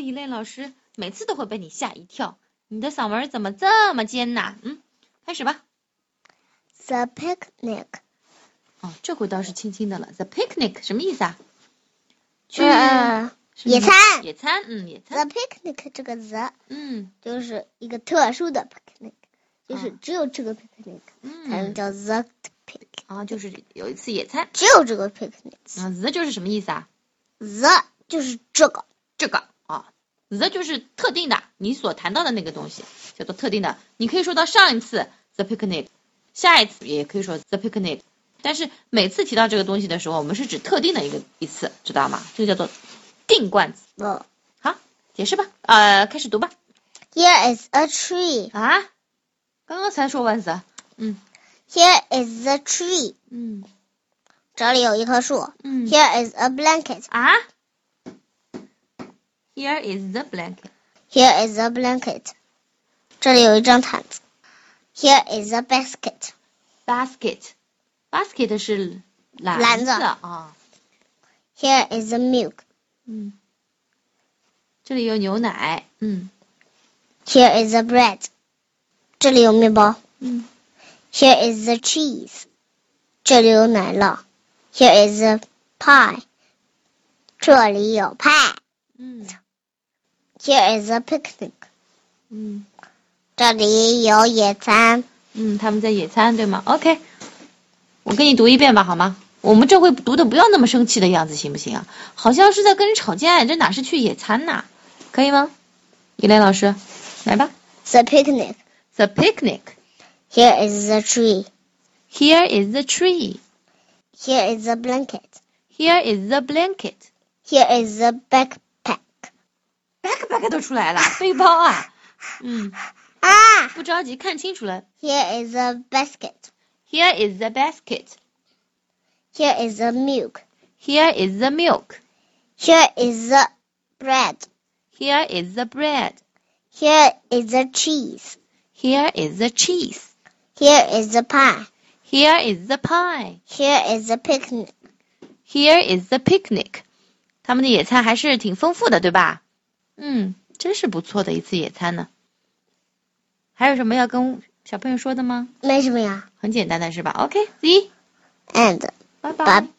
一类老师每次都会被你吓一跳。你的嗓门怎么这么尖呐？嗯，开始吧。 The picnic. 哦，这回倒是轻轻的了。The picnic 什么意思啊？去嗯，什么野餐。野餐，嗯，野 The 餐， picnic 这个词嗯就是一个特殊的 picnic，就是啊只有这个 picnic 才能嗯，叫 the picnic，啊，就是有一次野餐，只有这个 picnic。啊，the 就是什么意思啊？ The 就是这个，这个啊，the 就是特定的，你所谈到的那个东西叫做特定的。你可以说到上一次 the picnic，下一次也可以说 the picnic，但是每次提到这个东西的时候，我们是指特定的一个一次，知道吗？这个叫做定冠词。哦好，解释吧，呃，开始读吧。 Here is a tree. 啊，刚刚才说完 the， Here is the tree. 嗯这里有一棵树。嗯 Here is a blanket. 啊，Here is the blanket。 Here is a blanket. 这里有一张毯子。Here is a basket. basket basket 是篮篮子子啊， Here is the milk. 嗯，这里有牛奶，嗯 Here is the bread. 这里有面包。嗯 Here is the cheese. 这里有奶酪。Here is the pie. 这里有派。嗯 Here is a picnic. 嗯这里有野餐。嗯，他们在野餐对吗？OK，我给你读一遍吧，好吗？我们这回读的不要那么生气的样子，行不行啊？好像是在跟人吵架，这哪是去野餐呐？可以吗？伊莲老师，来吧。 The picnic. The picnic. Here is the tree. Here is the tree. Here is the blanket. Here is the blanket. Here is the backpack. backpack 都出来了，背包啊，嗯， Ah! 不着急，看清楚了。 Here is a basket. Here is the basket. Here is the milk. Here is the milk. Here is the bread. Here is the bread. Here is the cheese. Here is the cheese. Here is the pie. Here is the pie. Here is the picnic. Here is the picnic. 他们的野餐还是挺丰富的，对吧？嗯，真是不错的一次野餐呢。还有什么要跟小朋友说的吗？没什么呀。很简单的是吧？OK，Z， And 拜拜拜。